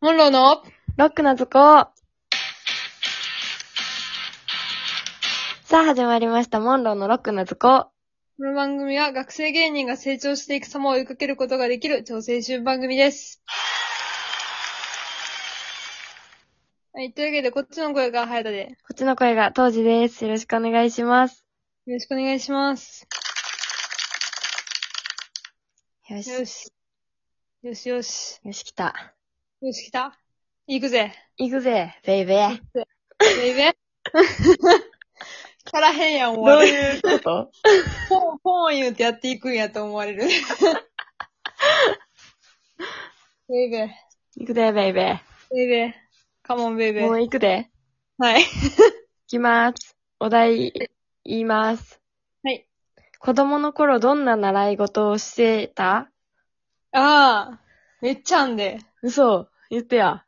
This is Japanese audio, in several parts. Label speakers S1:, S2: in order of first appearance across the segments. S1: 本ロの
S2: ロックな図工。さあ、始まりました。モンローのロックな図工。
S1: この番組は学生芸人が成長していく様を追いかけることができる超青春番組です。はい、というわけで、こっちの声が早田で、よ
S2: こっちの声が当時です。よろしくお願いします。
S1: ろしくお願いします。
S2: よし。
S1: よ
S2: よし、
S1: し。よしよし。
S2: 来た。
S1: よし、来た行くぜ。
S2: 行くぜ、ベイベー。
S1: ベイベー。からへんやん、終わる。
S2: いうこと
S1: ポン、ポン言うてやっていくんやと思わ れる。ベイベー。
S2: 行くぜ、ベイベ
S1: ベイベー。カモンベイ
S2: ー。
S1: ベ
S2: もう
S1: ー。
S2: 行くで。
S1: はい。
S2: 行きます。お題、言います。
S1: はい。
S2: 子供の頃どんな習い事をしてた
S1: ああ、めっちゃあんで。
S2: 嘘。言ってや。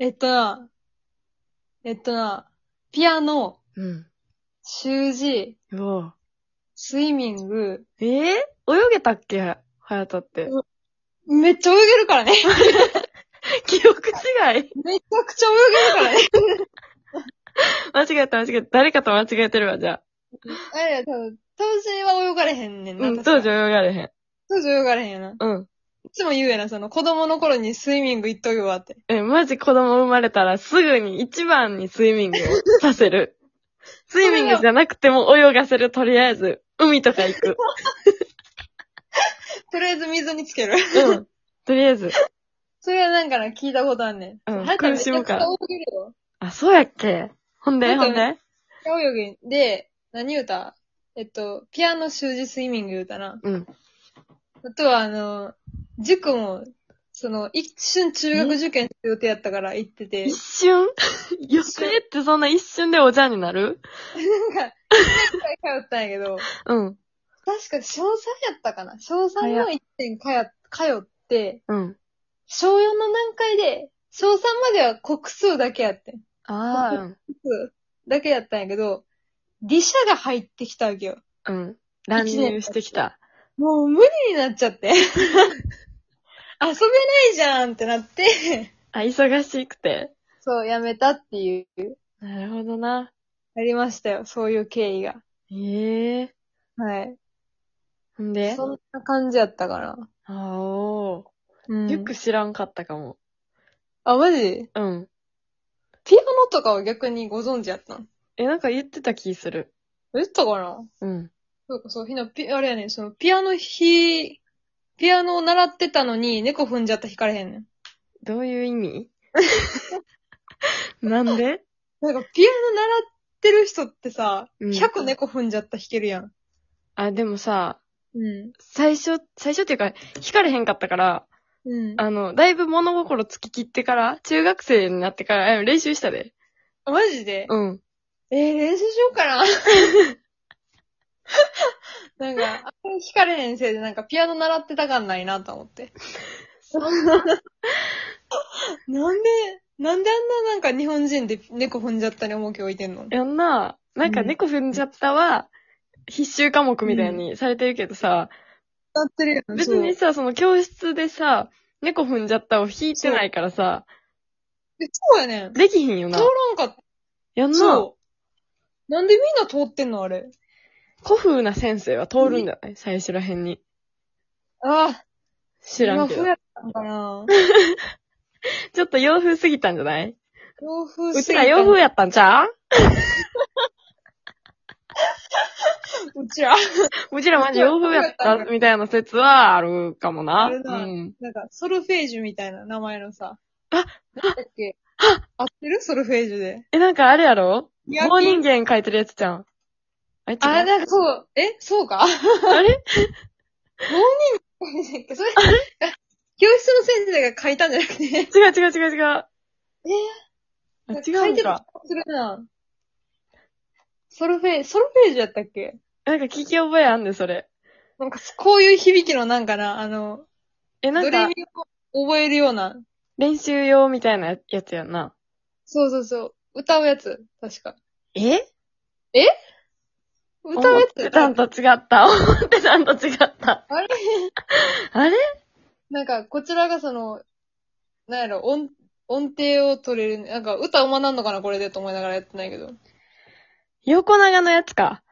S1: えっとな、えっとな、ピアノ、
S2: うん。
S1: 習字、
S2: おう。
S1: スイミング、
S2: えー、泳げたっけはやたって
S1: う。めっちゃ泳げる からね。
S2: 記憶違い。
S1: めちゃくちゃ泳げるからね。
S2: 間違えた、間違えた。誰かと間違えてるわ、じゃあ。
S1: あれや、多分、当時は泳がれへんねんな。
S2: うん、
S1: 確か
S2: 当時泳がれへん。
S1: 当時泳がれへんよな。い
S2: うん。
S1: つも言うやな、その、子供の頃にスイミング行っとけばって。
S2: え、マジ子供生まれたらすぐに一番にスイミングをさ せる。スイミングじゃなくても泳がせる、とりあえず。海とか行く。
S1: とりあえず水につける。
S2: うん。とりあえず。
S1: それはなんかな、聞いたことあんねん。
S2: うん
S1: はやためちゃ
S2: 苦しむ
S1: くち
S2: か
S1: ゃ
S2: ら
S1: 泳げるよ。
S2: あ、そうやっけほんで、
S1: な
S2: ほ
S1: ん
S2: ん
S1: か
S2: で
S1: めっちゃ泳げん。で、何言うたえっと、ピアノ、習字、スイミング言うたな。
S2: うん。
S1: あとは、あの、塾も、その、一瞬中学受験する予定やったから行ってて
S2: 一、 瞬予定ってそんな一瞬でおじゃんになる
S1: なんか、一回通ったんやけど、
S2: うん。
S1: 確か小3やったかな小3の1点通通って、
S2: うん。
S1: 小4の段階で、小3までは国数だけやってん。
S2: ああ、
S1: 国数だけやったんやけど、理社が入ってきたわけよ。
S2: うん。うん。乱入してきた。
S1: もう無理になっちゃって。遊 べないじゃんってなって、
S2: あ、忙しくて。
S1: そう、やめたっていう、
S2: なるほどな。
S1: ありましたよ。そういう経緯が。
S2: ええ
S1: はい。
S2: ほんで
S1: そんな感じやったから。
S2: あお
S1: う
S2: ー。
S1: ん
S2: よく知らんかったかも。
S1: あ、マジ
S2: うん。
S1: ピアノとかは逆にご存知やったん
S2: え、なんか言ってた気する。
S1: 言ったかな
S2: うん。
S1: そうか、そう、ひな、ピ、あれやねん、その、ピアノひ、ピアノを習ってたのに、猫踏んじゃった弾かれへんねん。
S2: どういう意味 なんで
S1: なんか、ピアノ習ってる人ってさ、
S2: うん
S1: 100猫踏んじゃった弾けるやん。
S2: あ、でもさ、
S1: う
S2: 最初、最初っていうか、惹かれへんかったから、
S1: ん。うん。
S2: あの、だいぶ物心つききってから、中学生になってから、え練習したで。
S1: あ、マジで
S2: うん。
S1: えー、練習しようか な。なんか、あれ弾かれへんせいで、なんかピアノ習ってたかんないなと思 って。なんで、なんであんななんか日本人で猫踏んじゃったに重きを置いてんの
S2: やんな、なんか
S1: うん
S2: 猫踏んじゃったは、必修科目みたいにされてるけどさ、
S1: なってるやん。
S2: 別に
S1: そう、
S2: さ、その教室でさ、猫踏んじゃったを弾いてないからさ、
S1: えそうやねん。通
S2: できひんよな
S1: ら。んかっ
S2: やん
S1: た。
S2: な。
S1: そう。なんでみんな通ってんのあれ。
S2: 古風な先生は通るんじゃない最初らへんに。
S1: ああ、
S2: 知らんけ
S1: 今
S2: ど
S1: 風。やったんか な。
S2: ちょっと洋風すぎたんじゃない
S1: 洋風
S2: うちら洋風
S1: や。
S2: やったんちゃう
S1: うちら。
S2: うちらマジ洋風やったみたいな説はあるかもな。
S1: あ
S2: う。
S1: るなんなんか、ソルフェージュみたいな名前のさ。
S2: あ
S1: なんだっけ合ってるソルフェージュで。
S2: え、なんかあれやろ
S1: ニ
S2: 棒人間書いてるやつじゃん。あれ違う
S1: あ、なんかそう、えそうか
S2: あれ
S1: それ、教室の先生が書いたんじゃなくて。え
S2: 違う違う違う違う。あ違
S1: 書
S2: う
S1: い
S2: の
S1: てた
S2: か。
S1: 気がするな。ソルフェ、ソルフェージュやったっけ
S2: なんか聞き覚えあんで、それ。
S1: なんか、こういう響きのなんかな、あの、
S2: え、な
S1: ド
S2: ん
S1: レ
S2: か
S1: ミを覚えるような。
S2: 練習用みたいなやつやんな。
S1: そうそうそう。歌うやつ。確か。
S2: え
S1: 歌うやつ
S2: 思ってたんと違った。思ってたんと違った。
S1: あれ
S2: あれ
S1: なんか、こちらがその、なんやろ、音、音程を取れるね。なんか、歌うまなんのかな、これでと思いながらやって ないけど。
S2: 横長のやつか。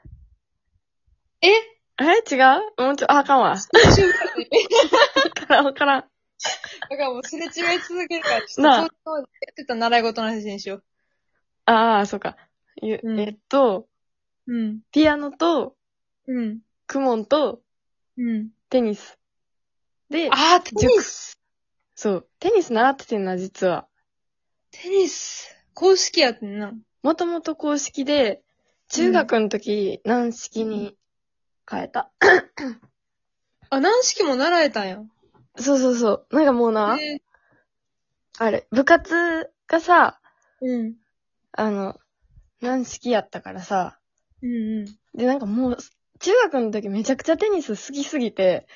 S1: え
S2: え違うもうちょ、あ、あかんわ。
S1: 中学に
S2: わからん、わからん。
S1: だからもうすれ違い続けるから、ちょ
S2: なあ
S1: っと、そういうのやってた習い事の話にしよ
S2: ああ、そうか。ゆ
S1: うん
S2: えっと、
S1: う。うん。
S2: ピアノと、
S1: うん。
S2: クモンと、
S1: うん。
S2: テニス。で、
S1: あー、テニス
S2: そう。テニス習っててんな、実は。
S1: テニス公式やってんな。
S2: もともと公式で、中学の時、軟式に変えた。
S1: あ、軟式も習えたんや。
S2: そうそうそう。なんかもうな、
S1: えー
S2: あれ、部活がさ、
S1: うん。
S2: あの、軟式やったからさ、
S1: うんうん。
S2: で、なんかもう、中学の時めちゃくちゃテニス好きすぎて、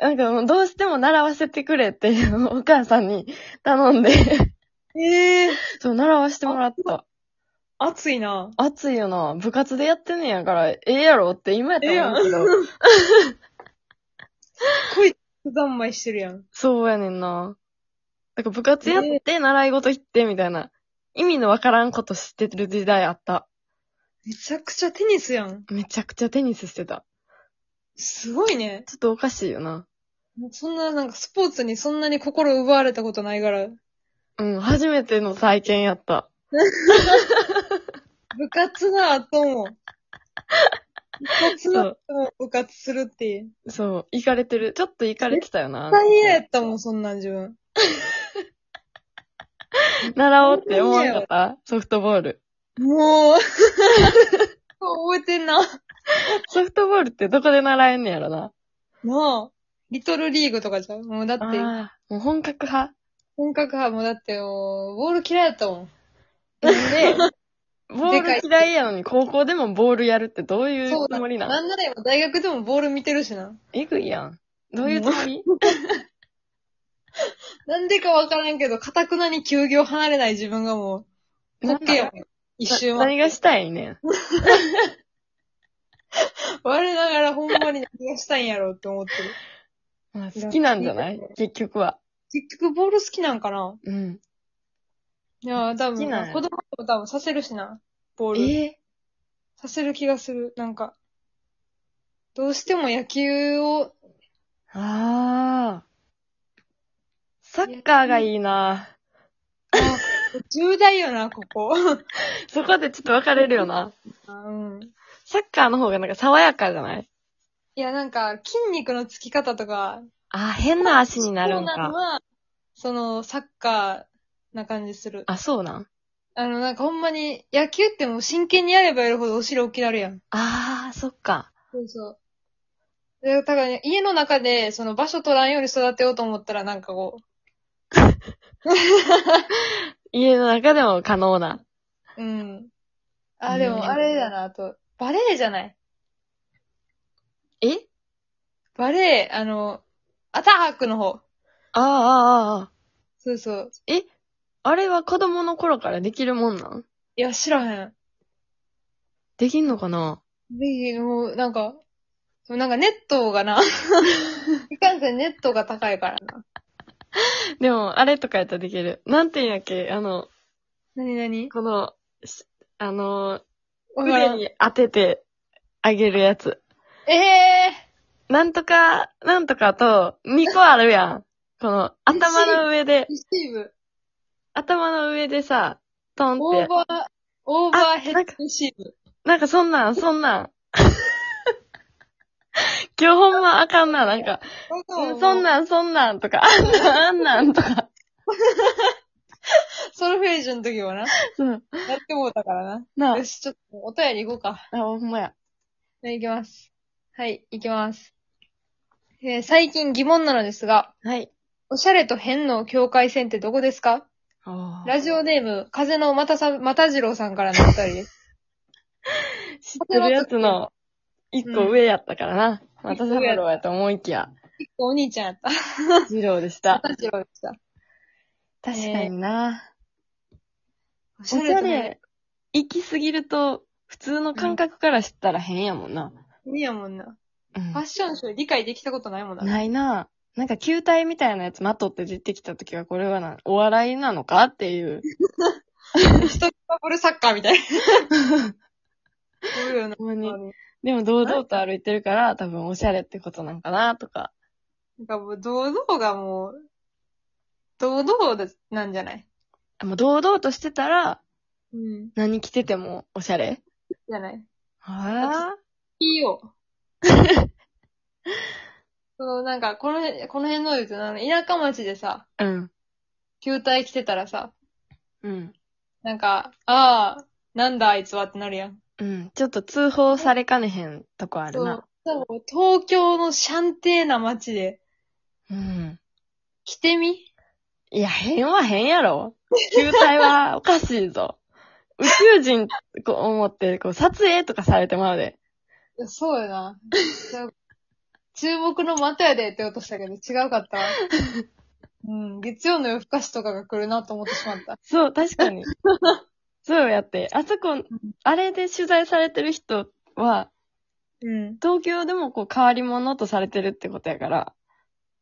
S2: なんかもうどうしても習わせてくれっていうのをお母さんに頼んで、
S1: ええー、
S2: そう、習わしてもらった。
S1: 熱いな。
S2: 熱いよな。部活でやってんねんやから、ええやろって今やったら思うけど。
S1: 恋、三昧してるやん。
S2: そうやねんな。なんか部活やって、習い事行って、みたいな。意味のわからんこと知ってる時代あった。
S1: めちゃくちゃテニスやん。
S2: めちゃくちゃテニスしてた。
S1: すごいね。
S2: ちょっとおかしいよな。
S1: もうそんな、なんかスポーツにそんなに心奪われたことないから、
S2: うん、初めての体験やった。
S1: 部活の後も、部活の後も部活するっていう。
S2: そう、行かれてる。ちょっと行かれてたよな。
S1: 大嫌やったもん、そんなん自分。
S2: 習おうって思わなかったソフトボール。
S1: もう、 覚えてんな。な
S2: ソフトボールってどこで習えんねやろな。
S1: あ。リトルリーグとかじゃん。もうだって、
S2: ああ、もう本格派。
S1: 本格派もうだってもう、ボール嫌いやったもん。
S2: で、ボー
S1: でかい
S2: ル嫌いやのに高校でもボールやるってどういうつもりなん
S1: なんなら今大学でもボール見てるしな。
S2: えぐいやん。どういうつも り
S1: なんでかわからんけど、かたくなに休業離れない自分がもう、滑稽やもん。一
S2: な
S1: 瞬は。
S2: 何がしたいねん。
S1: 我ながらほんまに何がしたいんやろうって思って る。
S2: まあ、好きなんじゃない結局は。
S1: 結局ボール好きなんかな
S2: うん。
S1: いやー、多
S2: 好き
S1: 分、
S2: なんや
S1: 子供とも多分させるしな、ボール。
S2: え
S1: させる気がする、なんか。どうしても野球を、
S2: ああ。サッカーがいいな。
S1: あ重大よな、こ こ。
S2: そこでちょっと分かれるよな。
S1: あうん。
S2: サッカーの方がなんか爽やかじゃない
S1: いや、なんか、筋肉のつき方とか、
S2: あー、変な足になるん
S1: そうなの
S2: か。
S1: は、その、サッカーな感じする。
S2: あ、そうなん
S1: あの、なんかほんまに、野球ってもう真剣にやればやるほどお尻起きられやん。
S2: ああ、そっか。
S1: そうそう。で、だから、ね、家の中で、その場所取らんように育てようと思ったら、なんかこ
S2: 家の中でも可能な。
S1: う、うん。あ、で
S2: うん
S1: も、あれだな、あと、バレエじゃない
S2: え
S1: バレエ、あの、アタックの方。
S2: あーあー、あーあ
S1: そうそう。
S2: ー。えあれは子供の頃からできるもんなん
S1: いや、知らへん。
S2: できんのかな
S1: で、もう、なんか、でもなんかネットが な、いかんせんネットが高いからな。
S2: でも、あれとかやったらできる。なんて言うんやっけあの、
S1: なになに
S2: この、しあ
S1: わ
S2: の、
S1: か
S2: 腕
S1: らん。
S2: に当ててあげるやつ。
S1: ええ
S2: なんとか、なんとかと、2個あるやん。この、頭の上で
S1: ー、、リシーブ。
S2: 頭の上でさ、トンっ
S1: オー
S2: て。
S1: バー、オーバーヘ
S2: なん
S1: ッ
S2: か
S1: ドレシーブ。
S2: なんかそんなん、そん なん。今日ほんまあかんな、なんか。うんそん
S1: な。
S2: なん、そんなんとか、 あんなん、あんなんとか。
S1: ソルフェージュの時はな、や
S2: うん。
S1: ってもうたからな。
S2: なあ
S1: よ、し、ちょっと、お便り行こうか。
S2: あほんまや。
S1: じゃあ行きます。はい、行きます。えー最近疑問なのですが、
S2: はい。
S1: おしゃれと変の境界線ってどこですかラジオネーム、風のまたさ、またじろうさんからのお便りです。
S2: 知ってるやつの、一個上やったからな。またサブローやと思いきや、
S1: 結構お兄ちゃんやった。
S2: ジローでした。
S1: またじろうでした。
S2: 確かにな。
S1: お
S2: おしゃれ、行き過ぎると、普通の感覚から知ったら変やもんな。
S1: いいやもんな。
S2: うん
S1: ファッションショー理解できたことないもんな。
S2: ないな。なんか球体みたいなやつまとって出てきたときは、これはな、お笑いなのかっていう。
S1: 人バブルサッカーみたいな。そうよな。
S2: ほんまに。でも堂々と歩いてるから、多分おしゃれってことなんかな、とか。
S1: なんかもう、堂々がもう、堂々だなんじゃない
S2: あもう堂々としてたら、
S1: うん。
S2: 何着ててもおしゃれ
S1: じゃない
S2: ああ。
S1: いいよ。 そう、なんか、この辺、この辺の言うと、あの田舎町でさ、
S2: うん。
S1: 球体着てたらさ、
S2: うん。
S1: なんか、ああ、なんだあいつはってなるやん。
S2: うん。ちょっと通報されかねへんとこある
S1: そう
S2: な。。
S1: そう東京のシャンテーな街で、
S2: うん。
S1: 着てみ
S2: いや、変は変やろ。球体はおかしいぞ。宇宙人、こう思って、こう、撮影とかされてまうで。
S1: いやそうよな。 そう注目の的やでって落としたけど、違うか ったわ。うん、月曜の夜更かしとかが来るなと思ってしまった。
S2: そう、確かに。 そうやって。あそこ、あれで取材されてる人は、
S1: うん。
S2: 東京でもこう、変わり者とされてるってことやから、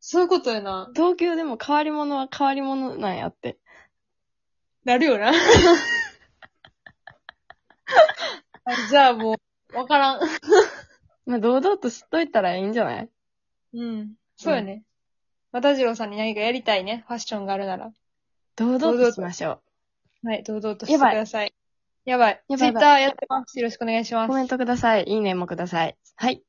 S1: そういうことやな。
S2: 東京でも変わり者は変わり者なんやって。
S1: なるよな。あ じゃあもう、わからん。
S2: まあ、堂々と知っといたらいいんじゃない
S1: うん。そうやね。またじろうさんに何かやりたいね。ファッションがあるなら。
S2: 堂
S1: 々
S2: 々
S1: と
S2: と
S1: し
S2: しましょ
S1: はい、堂々としてください。やばい。
S2: や
S1: ツ
S2: ばい
S1: イッターやってます。よろしくお願いしま
S2: う。
S1: す
S2: コ。メントください。いいねもください。はい。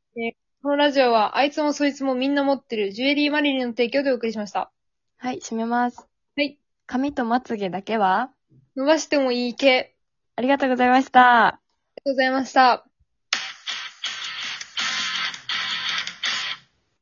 S1: このラジオは、あいつもそいつもみんな持ってるジュエリーマリリンの提供でお送りしました。
S2: はい、締めます。
S1: はい。
S2: 髪とまつげだけは
S1: 伸ばしてもいい系。
S2: ありがとうございました。
S1: ありがとうございました。